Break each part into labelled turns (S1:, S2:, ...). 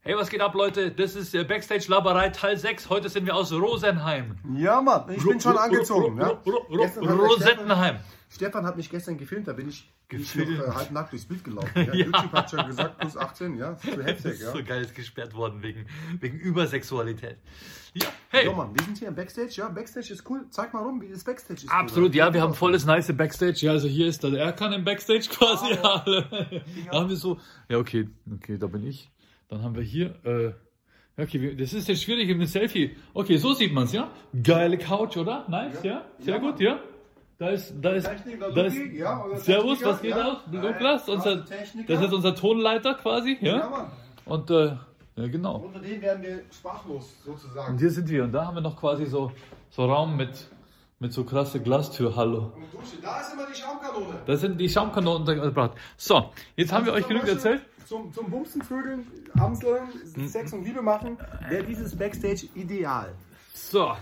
S1: Hey, was geht ab, Leute? Das ist äh, Backstage Laberei Teil 6. Heute sind wir aus Rosenheim.
S2: Ja, Mann, ich bin schon angezogen.
S1: Ro
S2: ja.
S1: Ro Ro
S2: Gestern
S1: Ro
S2: hat der Stefan,
S1: Rosettenheim.
S2: Stefan hat mich gestern gefilmt, da bin ich, bin ich noch,
S1: Gefilmt.
S2: äh, halb nackt durchs Bild gelaufen. Ja. YouTube hat schon gesagt, plus 18, ja, ist zu
S1: Das
S2: heftig,
S1: ist
S2: ja.
S1: so geil, ist gesperrt worden wegen, wegen Übersexualität. Ja, hey.
S2: So, Mann, wir sind hier im Backstage, ja, Backstage ist cool. Zeig mal rum, wie das Backstage ist.
S1: Absolut,
S2: Bruder.
S1: ja, wir haben volles nice Backstage. Ja, also hier ist der Erkan im Backstage quasi. Ja, alle. Da haben wir so, ja, okay, okay, da bin ich. Dann haben wir hier, äh, ja, okay, wir- das ist jetzt schwierig mit dem Selfie. Okay, so sieht man's, ja? Geile Couch, oder? Nice, ja? Sehr
S2: Ja,
S1: gut, ja? Da ist, da ist,
S2: Techniker,
S1: da ist,
S2: Luki, ja, oder
S1: Servus,
S2: Techniker,
S1: was geht
S2: ja?
S1: ab? Douglas,
S2: Äh,
S1: unser,
S2: Techniker.
S1: das ist unser Tonleiter quasi,
S2: Ja,
S1: ja?
S2: Mann,
S1: Und, äh, ja, genau.
S2: unter denen werden wir sprachlos,
S1: Und
S2: sozusagen.
S1: hier sind wir und da haben wir noch quasi so, so Raum mit, mit so krasse Glastür, hallo.
S2: Und Dusche, da ist immer die Schaumkanone.
S1: Da sind die Schaumkanonen untergebracht. So, jetzt haben wir euch genug erzählt. Hm.
S2: Zum, zum Bumsen, Vögeln, Amseln, Sex und Liebe machen, wäre dieses Backstage ideal.
S1: So,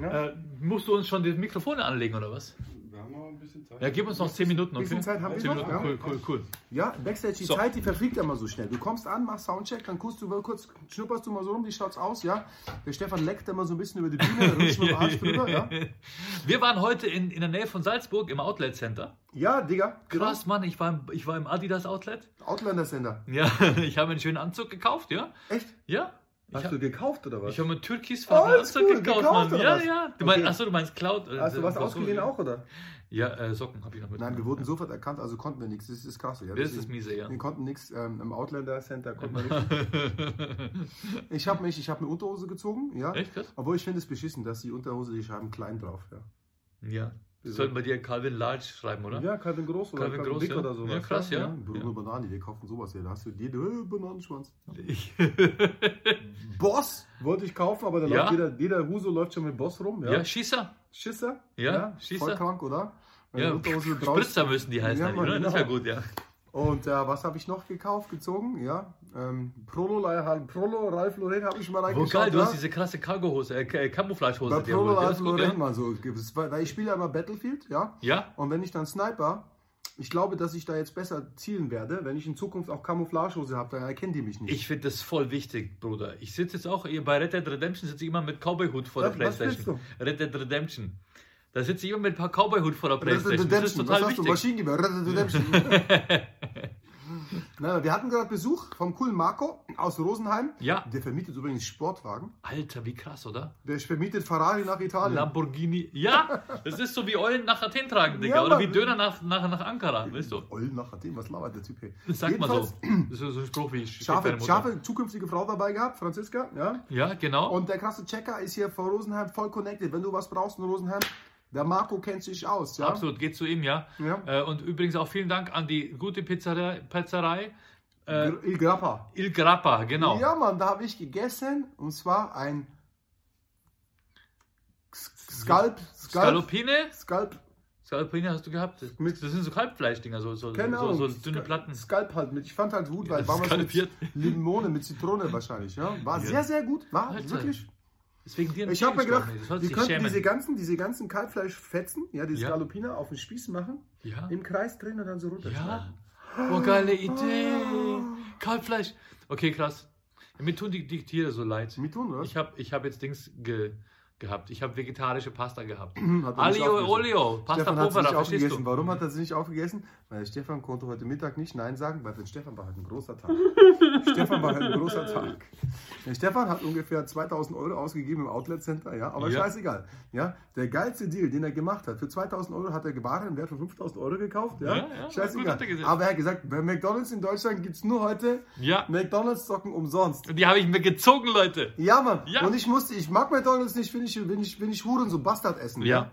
S2: Ja.
S1: äh, musst du uns schon die Mikrofone anlegen oder was?
S3: Wir haben noch ein bisschen Zeit.
S1: Ja, gib uns noch 10 Minuten, okay?
S2: Bisschen Zeit haben wir
S1: 10
S2: noch,
S1: Minuten, cool, cool, cool.
S2: Ja, Backstage, die
S1: So.
S2: Zeit, die verfliegt immer so schnell. Du kommst an, machst Soundcheck, dann guckst du mal kurz, schnupperst du mal so rum, wie schaut's aus, ja? Der Stefan leckt immer so ein bisschen über die Bühne, rutscht mit dem Arsch drüber, ja?
S1: Wir waren heute in, in der Nähe von Salzburg im Outlet Center.
S2: Ja, Digga, genau.
S1: Krass, Mann, ich war im, ich war im Adidas Outlet.
S2: Outlander-Sender.
S1: Ja, ich habe einen schönen Anzug gekauft, ja?
S2: Echt?
S1: Ja.
S2: Hast du gekauft oder was?
S1: Ich habe mir türkisfarbenen
S2: Oh, ist
S1: Anzug
S2: cool,
S1: gekauft,
S2: gekauft,
S1: Mann.
S2: oder
S1: Ja,
S2: was?
S1: ja. Du meinst,
S2: Okay.
S1: Achso, du meinst Cloud. äh,
S2: Hast du was
S1: Cloud-
S2: ausgeliehen auch, oder?
S1: Ja, äh, Socken habe ich noch mit.
S2: Nein, wir wurden sofort erkannt, also konnten wir nichts. Das ist krass, ja.
S1: Das ist
S2: deswegen-
S1: miese, ja.
S2: Wir konnten nichts ähm, im Outlander-Center, konnten wir nichts. Ich habe mich, ich habe eine Unterhose gezogen, ja.
S1: Echt, krass?
S2: Obwohl ich finde es beschissen, dass die Unterhose, die schreiben klein drauf, ja.
S1: Ja. Wir
S2: Wieso?
S1: sollten bei dir Calvin Large schreiben, oder?
S2: Ja, Calvin Groß oder
S1: Calvin
S2: Calvin,
S1: Groß,
S2: Dick
S1: ja.
S2: oder ne? sowas.
S1: Ja, krass, ja.
S2: Bruno
S1: Ja.
S2: Banani, wir kaufen sowas hier. Da hast du die äh, Bananenschwanz.
S1: Ich,
S2: Boss wollte ich kaufen, aber da
S1: Ja.
S2: läuft jeder, jeder Huso läuft schon mit Boss rum. Ja.
S1: ja. Schießer.
S2: Schisser?
S1: Ja, Schisser.
S2: Voll krank, oder? Wenn
S1: Ja,
S2: die Unterhose drauf-
S1: Spritzer müssen die heißen,
S2: Ja,
S1: eigentlich,
S2: Mann,
S1: oder? Das ist ja
S2: genau.
S1: gut, ja.
S2: Und äh, was habe ich noch gekauft, gezogen? Ja. Ähm, Prolo, Lai- Prolo, Ralf Lauren habe ich mal
S1: Oh,
S2: reingeschaut.
S1: geil, du
S2: ja?
S1: hast diese krasse Cargohose, äh, K-
S2: Bei
S1: Camouflagehose. die er
S2: Prolo,
S1: holt, ja,
S2: Ralf
S1: ist gut,
S2: Lauren
S1: ja.
S2: mal so. Das war- Weil ich spiele ja immer Battlefield, ja.
S1: ja?
S2: Und wenn ich dann Sniper, ich glaube, dass ich da jetzt besser zielen werde, wenn ich in Zukunft auch Camouflagehose habe, dann erkennen die mich nicht.
S1: Ich finde das voll wichtig, Bruder. Ich sitze jetzt auch, bei Red Dead Redemption sitze ich immer mit Cowboy-Hut vor der
S2: Was- was
S1: Playstation. Red Dead Redemption. Da sitze ich immer mit Cowboy-Hut vor der
S2: Red Dead
S1: Playstation. Das ist
S2: Redemption. Was
S1: total
S2: hast du?
S1: wichtig.
S2: Maschinengewehr. Red Dead Redemption. Na, wir hatten gerade Besuch vom coolen Marco aus Rosenheim.
S1: Ja,
S2: Der vermietet übrigens Sportwagen.
S1: Alter, wie krass, oder?
S2: Der vermietet Ferrari nach Italien.
S1: Lamborghini. Ja, das ist so wie Eulen nach Athen tragen, Digga.
S2: Ja,
S1: oder wie
S2: Mann.
S1: Döner nach, nach, nach Ankara, weißt du?
S2: Ollen nach Athen, was labert der Typ hier?
S1: Sagt man
S2: Jedenfalls,
S1: so. Das ist so ein Spruch wie ich.
S2: Scharfe, scharfe zukünftige Frau dabei gehabt, Franziska. Ja.
S1: Ja, genau.
S2: Und der krasse Checker ist hier vor Rosenheim voll connected. Wenn du was brauchst in Rosenheim, der Marco kennt sich aus. Ja?
S1: Absolut, geht zu ihm, ja.
S2: Ja.
S1: Äh, und übrigens auch vielen Dank an die gute Pizzerei, Pizzerei äh,
S2: Gr- Il Grappa.
S1: Il Grappa, genau.
S2: Ja, Mann, da habe ich gegessen und zwar ein Scalp, Scalp,
S1: Scalopine?
S2: Scalp,
S1: Also Scalopine hast du gehabt? Das,
S2: Mit-
S1: das sind so Kalbfleischdinger, so, so,
S2: keine
S1: so,
S2: Ahnung.
S1: so dünne Platten.
S2: Scalp halt mit. Ich fand halt gut, weil
S1: Ja,
S2: war was mit
S1: skalpiert.
S2: Limone, mit Zitrone wahrscheinlich, ja. War sehr, sehr gut. War
S1: Alter.
S2: wirklich.
S1: Deswegen dir
S2: Ich habe mir gedacht,
S1: die
S2: wir könnten
S1: schämen.
S2: diese ganzen, diese ganzen Kalbfleischfetzen, ja, die
S1: Ja.
S2: Scalopine auf den Spieß machen,
S1: ja?
S2: im Kreis drehen und dann so runterschneiden.
S1: ja? Oh, geile Idee. Kalbfleisch. Okay, krass. Mir tun die, die Tiere so leid.
S2: Mit tun, oder?
S1: Ich habe ich hab jetzt Dings ge, gehabt. Ich habe vegetarische Pasta gehabt.
S2: Hm, Hat er nicht
S1: Alio e
S2: aufgegessen.
S1: olio. Pasta
S2: Stefan hat sie
S1: povera,
S2: nicht
S1: verstehst
S2: aufgegessen.
S1: du?
S2: Warum hat er sie nicht aufgegessen? Weil der Stefan konnte heute Mittag nicht Nein sagen, weil für den Stefan war halt ein großer Tag. Stefan war halt ein großer Tag. Der Stefan hat ungefähr 2000 Euro ausgegeben im Outlet Center, ja, aber
S1: Ja.
S2: scheißegal. Ja, der geilste Deal, den er gemacht hat, für 2000 Euro hat er Ware im Wert von 5000 Euro gekauft, ja,
S1: Ja, ja, gut
S2: scheißegal.
S1: hat er gesagt.
S2: Aber er hat gesagt, bei McDonalds in Deutschland gibt es nur heute
S1: Ja.
S2: McDonalds-Socken umsonst.
S1: Die habe ich mir gezogen, Leute.
S2: Ja, Mann.
S1: Ja.
S2: Und ich musste, ich mag McDonalds nicht, wenn ich, wenn ich, wenn ich Huren so Bastard essen.
S1: Ja.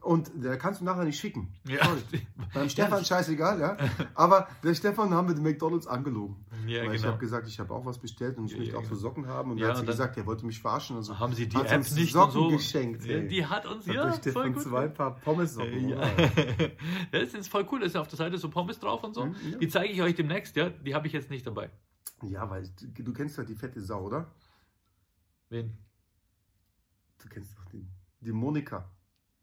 S2: Und da kannst du nachher nicht schicken.
S1: Ja.
S2: Sorry. Beim Stefan scheißegal, ja. Aber der Stefan haben mit McDonalds angelogen.
S1: Ja,
S2: Weil ich
S1: genau.
S2: habe gesagt, ich habe auch was bestellt und ich möchte
S1: ja,
S2: auch so
S1: genau.
S2: Socken haben. Und
S1: Ja,
S2: dann hat sie
S1: und dann-
S2: gesagt, er wollte mich verarschen. Also
S1: Haben sie die
S2: hat
S1: App
S2: uns
S1: nicht
S2: Socken
S1: und so?
S2: geschenkt.
S1: Ja,
S2: ey.
S1: Die hat uns
S2: hat
S1: ja
S2: der
S1: voll
S2: Stefan
S1: gut. Äh,
S2: zwei Paar Pommessocken.
S1: Ja.
S2: oder?
S1: das ist jetzt voll cool, da ist ja auf der Seite so Pommes drauf und so.
S2: ja.
S1: Die zeige ich euch demnächst, ja. Die habe ich jetzt nicht dabei.
S2: ja, weil du, du kennst halt die fette Sau, oder?
S1: Wen?
S2: Du kennst doch die, die Monika.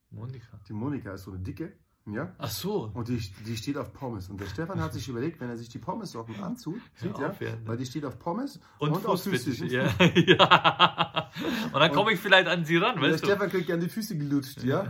S1: Monika.
S2: Die Monika ist so eine dicke. Ja?
S1: Ach so.
S2: Und die, die steht auf Pommes. Und der Stefan hat sich überlegt, wenn er sich die Pommessocken anzieht,
S1: Hör
S2: ja,
S1: auf, ja.
S2: weil die steht auf Pommes
S1: Und,
S2: auf
S1: Fußfetisch.
S2: Süßigkeiten.
S1: Ja. ja. Und dann komme ich vielleicht an sie ran,
S2: Und der
S1: weißt du.
S2: Stefan kriegt gerne die Füße gelutscht, ja?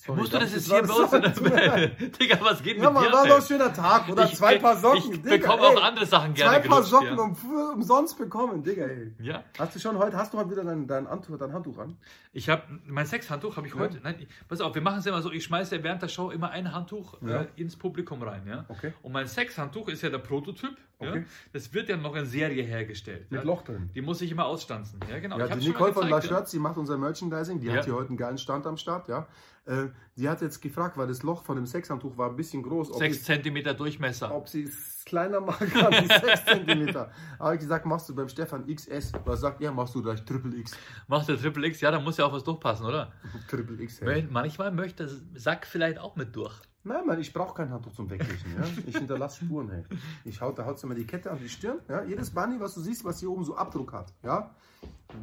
S2: Sorry,
S1: Musst du das
S2: das
S1: jetzt hier bei uns in
S2: war-
S1: der Digga, was geht
S2: Ja,
S1: mit
S2: man,
S1: dir?
S2: war
S1: ab, ey?
S2: doch ein schöner Tag, oder? zwei
S1: ich,
S2: Paar Socken,
S1: Ich
S2: Digga.
S1: bekomme
S2: ey.
S1: auch andere Sachen gerne
S2: Zwei Paar
S1: gelutscht,
S2: Socken um, umsonst bekommen, Digga, ey.
S1: ja. ja,
S2: Hast du schon heute, hast du heute wieder dein, dein, Handtuch, dein Handtuch an?
S1: ich habe mein Sexhandtuch habe ich
S2: Ja.
S1: heute. Nein, ich, pass auf, wir machen es immer so. Ich schmeiße ja während der Show immer ein Handtuch
S2: Ja.
S1: äh, ins Publikum rein, ja.
S2: Okay.
S1: Und mein Sexhandtuch ist ja der Prototyp. Ja?
S2: Okay.
S1: Das wird ja noch in Serie hergestellt.
S2: Mit
S1: ja?
S2: Loch drin.
S1: Die muss ich immer ausstanzen. Ja, genau.
S2: Ja,
S1: Ich hab's
S2: die
S1: schon mal
S2: Nicole von La
S1: gezeigt, ja.
S2: Schürz, die macht unser Merchandising, die
S1: Ja.
S2: hat hier heute einen geilen Stand am Start, ja. Äh, die hat jetzt gefragt, weil das Loch von dem Sexhandtuch war ein bisschen groß, ob,
S1: Sechs
S2: es,
S1: Zentimeter Durchmesser.
S2: ob sie es kleiner machen kann, die 6 cm. Aber ich gesagt, machst du beim Stefan XS, was sagt er, machst du gleich Triple X.
S1: Macht der Triple X, ja, da muss ja auch was durchpassen, oder?
S2: Triple X, hey.
S1: Weil Manchmal möchte der Sack vielleicht auch mit durch.
S2: Nein, Mann, ich brauche kein Handtuch zum Wegwischen. Ja? Ich hinterlasse Spuren, hey. Ich hau, da haut immer die Kette an die Stirn. Ja? Jedes Bunny, was du siehst, was hier oben so Abdruck hat, ja?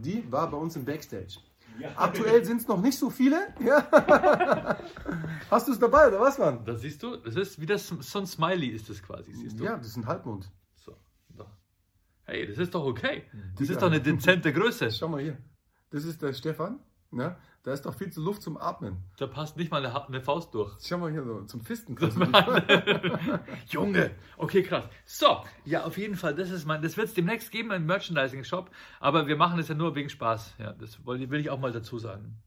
S2: die war bei uns im Backstage. Aktuell sind es noch nicht so viele. Ja? Hast du es dabei, oder was, Mann?
S1: Das siehst du, das ist wie das, so ein Smiley ist das quasi, siehst du?
S2: Ja, das ist ein Halbmond.
S1: So, doch. Hey, das ist doch okay. Das
S2: Digga.
S1: ist doch eine dezente Größe.
S2: Mhm. Schau mal hier. Das ist der Stefan. Ne? Da ist doch viel zu Luft zum Atmen.
S1: Da passt nicht mal eine, Ha- eine Faust durch.
S2: Schau mal hier so, zum Fisten.
S1: Junge, okay, krass. So, ja, auf jeden Fall, das ist mein, das wird es demnächst geben im Merchandising-Shop, aber wir machen es ja nur wegen Spaß. Ja, das wollte- will ich auch mal dazu sagen.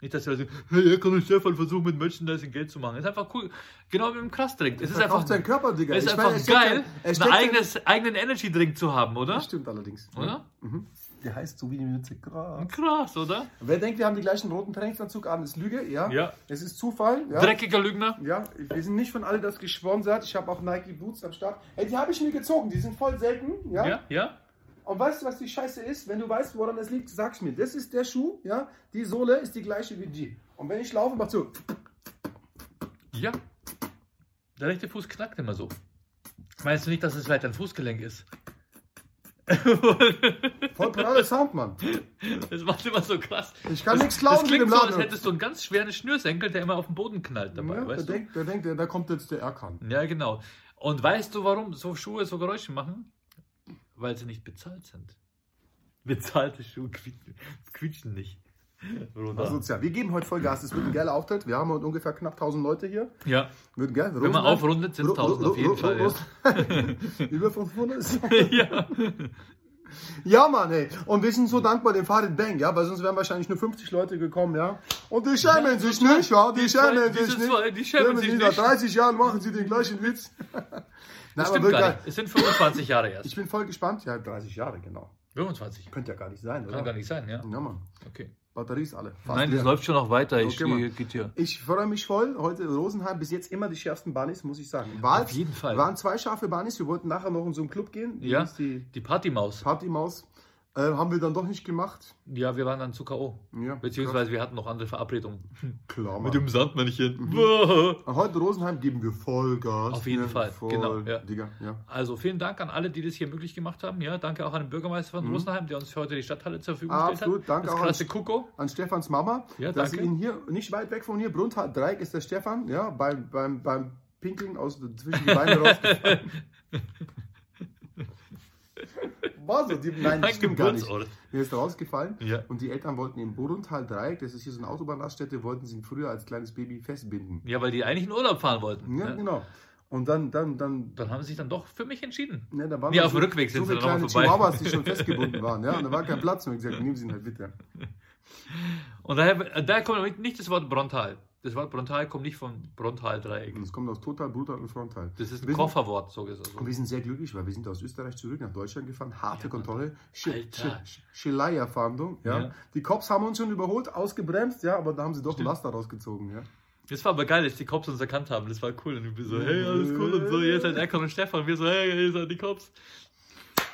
S1: Nicht, dass wir so, hey, hier kann ich Stefan versuchen, mit Merchandising Geld zu machen. Ist einfach cool. Genau wie im Krassdrink. Es ist einfach,
S2: Verkauft seinen Körper, Digga.
S1: es ist
S2: Ich meine,
S1: einfach
S2: er steckt
S1: geil,
S2: sein- er
S1: einen
S2: steckt sein-
S1: eigenes, eigenen Energy-Drink zu haben, oder?
S2: Das stimmt allerdings.
S1: Oder?
S2: Mhm. Der heißt so wie die Mütze. Krass.
S1: Krass, oder?
S2: Wer denkt, wir haben die gleichen roten Trainingsanzug an, ist Lüge, ja.
S1: Ja.
S2: Es ist Zufall, ja.
S1: Dreckiger Lügner.
S2: Ja, wir sind nicht von Adidas gesponsert. Ich habe auch Nike Boots am Start. Ey, die habe ich mir gezogen. Die sind voll selten, ja?
S1: Ja, ja.
S2: Und weißt du, was die Scheiße ist? Wenn du weißt, woran es liegt, sag's mir. Das ist der Schuh, ja. Die Sohle ist die gleiche wie die. Und wenn ich laufe, macht so.
S1: Ja. Der rechte Fuß knackt immer so. Meinst du nicht, dass es vielleicht dein Fußgelenk ist?
S2: Voll praller Sound, Mann.
S1: Das macht immer so krass.
S2: Ich kann
S1: Das-
S2: nichts klauen
S1: Das
S2: mit
S1: klingt
S2: dem
S1: so, als
S2: Laden.
S1: hättest du einen ganz schweren Schnürsenkel, der immer auf den Boden knallt dabei,
S2: ja, der
S1: weißt du?
S2: denkt, der denkt, der- da kommt jetzt der Erkan.
S1: Ja, genau. Und weißt du, warum so Schuhe so Geräusche machen? Weil sie nicht bezahlt sind. Bezahlte Schuhe quietschen, quietschen nicht. Bruder.
S2: Asozial. Wir geben heute Vollgas. Es wird ein geiler Auftritt. Wir haben heute ungefähr knapp 1000 Leute hier.
S1: ja,
S2: Wird geil.
S1: wenn man aufrundet, sind es 1000 auf jeden Fall. Ja.
S2: ja. Über 500 ist
S1: ja.
S2: Ja, Mann, ey. Und wir sind so dankbar dem Farid Bang, ja, weil sonst wären wahrscheinlich nur 50 Leute gekommen, ja. Und die schämen sich nicht, ja, die schämen
S1: Diese
S2: sich nicht.
S1: zwei, die schämen
S2: Schämen
S1: sich
S2: sich nach
S1: nicht.
S2: 30 Jahren machen sie den gleichen Witz. Nein,
S1: Das
S2: aber
S1: stimmt
S2: wirklich
S1: gar
S2: geil.
S1: nicht. Es sind 25 Jahre erst.
S2: Ich bin voll gespannt. Ja, 30 Jahre, genau.
S1: 25.
S2: Könnte ja gar nicht sein, oder?
S1: Kann gar nicht sein, ja.
S2: Ja, Mann.
S1: Okay.
S2: Batterie ist alle. Fast
S1: Nein, das
S2: leer.
S1: läuft schon noch weiter. Ich
S2: Okay, Mann.
S1: stehe, geht hier.
S2: Ich freue mich voll. Heute Rosenheim, bis jetzt immer die schärfsten Bunnies, muss ich sagen. War,
S1: Auf jeden Fall.
S2: waren zwei scharfe Bunnies. Wir wollten nachher noch in so einen Club gehen. Die
S1: Ja.
S2: ist Die
S1: Die Partymaus.
S2: Partymaus. Äh, haben wir dann doch nicht gemacht.
S1: Ja, wir waren dann zu K.O.
S2: Ja,
S1: Beziehungsweise wir hatten noch andere Verabredungen.
S2: Klar, Mann.
S1: Mit dem Sandmännchen.
S2: Heute Rosenheim geben wir Vollgas.
S1: Auf jeden
S2: ne?
S1: Fall,
S2: Voll,
S1: genau, ja.
S2: Digga, ja.
S1: Also vielen Dank an alle, die das hier möglich gemacht haben. Ja, danke auch an den Bürgermeister von Rosenheim, der uns heute die Stadthalle zur Verfügung gestellt
S2: Absolut,
S1: hat.
S2: danke
S1: das
S2: auch
S1: krasse
S2: an-
S1: Kuko.
S2: An Stefans Mama,
S1: Ja,
S2: dass
S1: danke.
S2: sie ihn hier, nicht weit weg von hier, Brunthal Dreieck ist der Stefan, ja, beim, beim, beim Pinkeln aus zwischen die Beine rausgefallen. War so, die, nein, das
S1: Mein
S2: stimmt gar nicht.
S1: Geburtsort.
S2: Er ist rausgefallen
S1: Ja.
S2: und die Eltern wollten im Brunthal Dreieck, das ist hier so eine Autobahnraststätte, wollten sie ihn früher als kleines Baby festbinden.
S1: Ja, weil die eigentlich in Urlaub fahren wollten.
S2: Ja,
S1: Ja.
S2: genau. Und dann, dann, dann,
S1: Dann haben sie sich dann doch für mich entschieden.
S2: Ne, da waren
S1: Ja,
S2: noch
S1: auf dem Rückweg sind
S2: so
S1: sie
S2: viele
S1: dann noch
S2: kleine
S1: vorbei.
S2: Chihuahuas, die schon festgebunden waren. Ja, und da war kein Platz. Und ich gesagt, nehmen Sie ihn halt bitte.
S1: Und daher, äh, daher kommt nämlich nicht das Wort Brontal. Das Wort Brontal kommt nicht vom Brontaldreieck.
S2: Und es kommt aus Total, Brutal und Frontal.
S1: Das ist ein
S2: Wir
S1: Kofferwort, so gesagt.
S2: Sind, und wir sind sehr glücklich, weil wir sind aus Österreich zurück nach Deutschland gefahren. Harte Kontrolle.
S1: Alter.
S2: Scheleierfahndung. Ja.
S1: Ja.
S2: Die Cops haben uns schon überholt, ausgebremst, ja, aber da haben sie doch ein Laster rausgezogen. Ja.
S1: Das war aber geil, dass die Cops uns erkannt haben. Das war cool. Und wir so,
S2: Ja.
S1: hey, alles cool und so. Ihr seid Erkan und Stefan. Wir so, hey, ihr seid die Cops.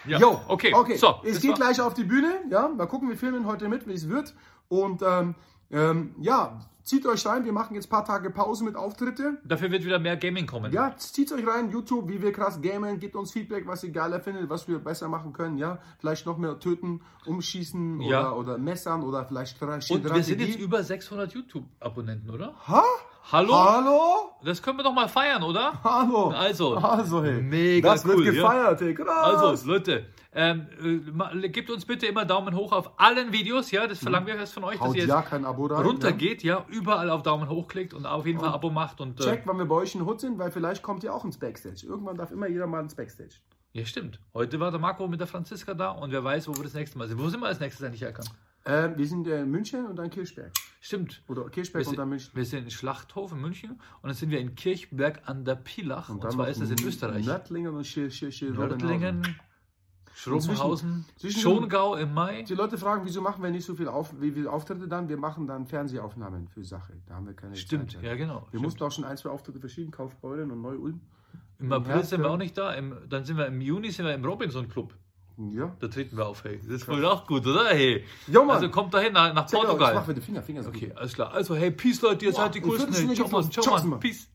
S1: Ja,
S2: Jo,
S1: okay.
S2: okay.
S1: So,
S2: es
S1: das
S2: geht
S1: war-
S2: gleich auf die Bühne. Ja, mal gucken, wir filmen heute mit, wie es wird. Und ähm, ähm, ja, zieht euch rein. Wir machen jetzt ein paar Tage Pause mit Auftritte.
S1: Dafür wird wieder mehr Gaming kommen.
S2: Ja, zieht euch rein, YouTube, wie wir krass gamen, gebt uns Feedback, was ihr geiler findet, was wir besser machen können, ja. Vielleicht noch mehr töten, umschießen
S1: Ja.
S2: oder, oder messern oder vielleicht
S1: und wir sind
S2: Strategie.
S1: jetzt über 600 YouTube-Abonnenten, oder?
S2: Ha?
S1: Hallo?
S2: Hallo?
S1: Das können wir doch mal feiern, oder?
S2: Hallo?
S1: Also,
S2: Also, hey.
S1: mega
S2: Das
S1: cool.
S2: wird
S1: ja.
S2: gefeiert, ey. Krass.
S1: Also, Leute, ähm, äh, ma- gebt uns bitte immer Daumen hoch auf allen Videos, ja, das verlangen wir erst von euch, dass
S2: Mhm. Haut
S1: ihr
S2: ja
S1: jetzt
S2: kein Abo rein.
S1: runtergeht, ja, überall auf Daumen hoch klickt und auf jeden Fall
S2: Und
S1: Abo macht und
S2: Ja.
S1: äh,
S2: Checkt, wann wir bei euch in Hut sind, weil vielleicht kommt ihr auch ins Backstage. Irgendwann darf immer jeder mal ins Backstage.
S1: ja, stimmt. Heute war der Marco mit der Franziska da und wer weiß, wo wir das nächste Mal sind. Wo sind wir als nächstes eigentlich erkannt?
S2: Ähm, wir sind äh, in München und dann Kirchberg.
S1: Stimmt.
S2: Oder
S1: Wir
S2: Kirchberg und
S1: sind,
S2: dann München.
S1: wir sind in Schlachthof in München und dann sind wir in Kirchberg an der Pilach und, zwar
S2: noch
S1: ist das in Österreich.
S2: Nördlingen und Schir, Schir, Schir, Rodenhausen.
S1: Nördlingen, Schrobenhausen,
S2: zwischen-
S1: Schongau im Mai.
S2: Die Leute fragen, wieso machen wir nicht so viel auf, wie viele Auftritte dann? Wir machen dann Fernsehaufnahmen für Sache. Da haben wir keine
S1: Stimmt,
S2: Zeit.
S1: ja genau.
S2: Wir
S1: stimmt.
S2: mussten auch schon ein, zwei Auftritte verschieben, Kaufbeuren und Neu-Ulm.
S1: Im April sind wir
S2: Herbst,
S1: auch nicht da. Im, dann sind wir im Juni sind wir im Robinson Club.
S2: Ja.
S1: Da treten wir auf, hey. Das ist wohl auch gut, oder? Hey.
S2: Jo, Mann!
S1: Also kommt dahin nach, nach
S2: Check out. Ich mach
S1: Portugal.
S2: mit den Finger, Finger sind gut.
S1: Okay, alles klar. Also, hey, peace, Leute, ihr
S2: Boah,
S1: seid die
S2: wir würden
S1: coolsten.
S2: es
S1: Hey,
S2: nicht
S1: ciao, Mann,
S2: auflassen.
S1: ciao,
S2: Tschüss,
S1: Mann.
S2: Mann.
S1: Peace.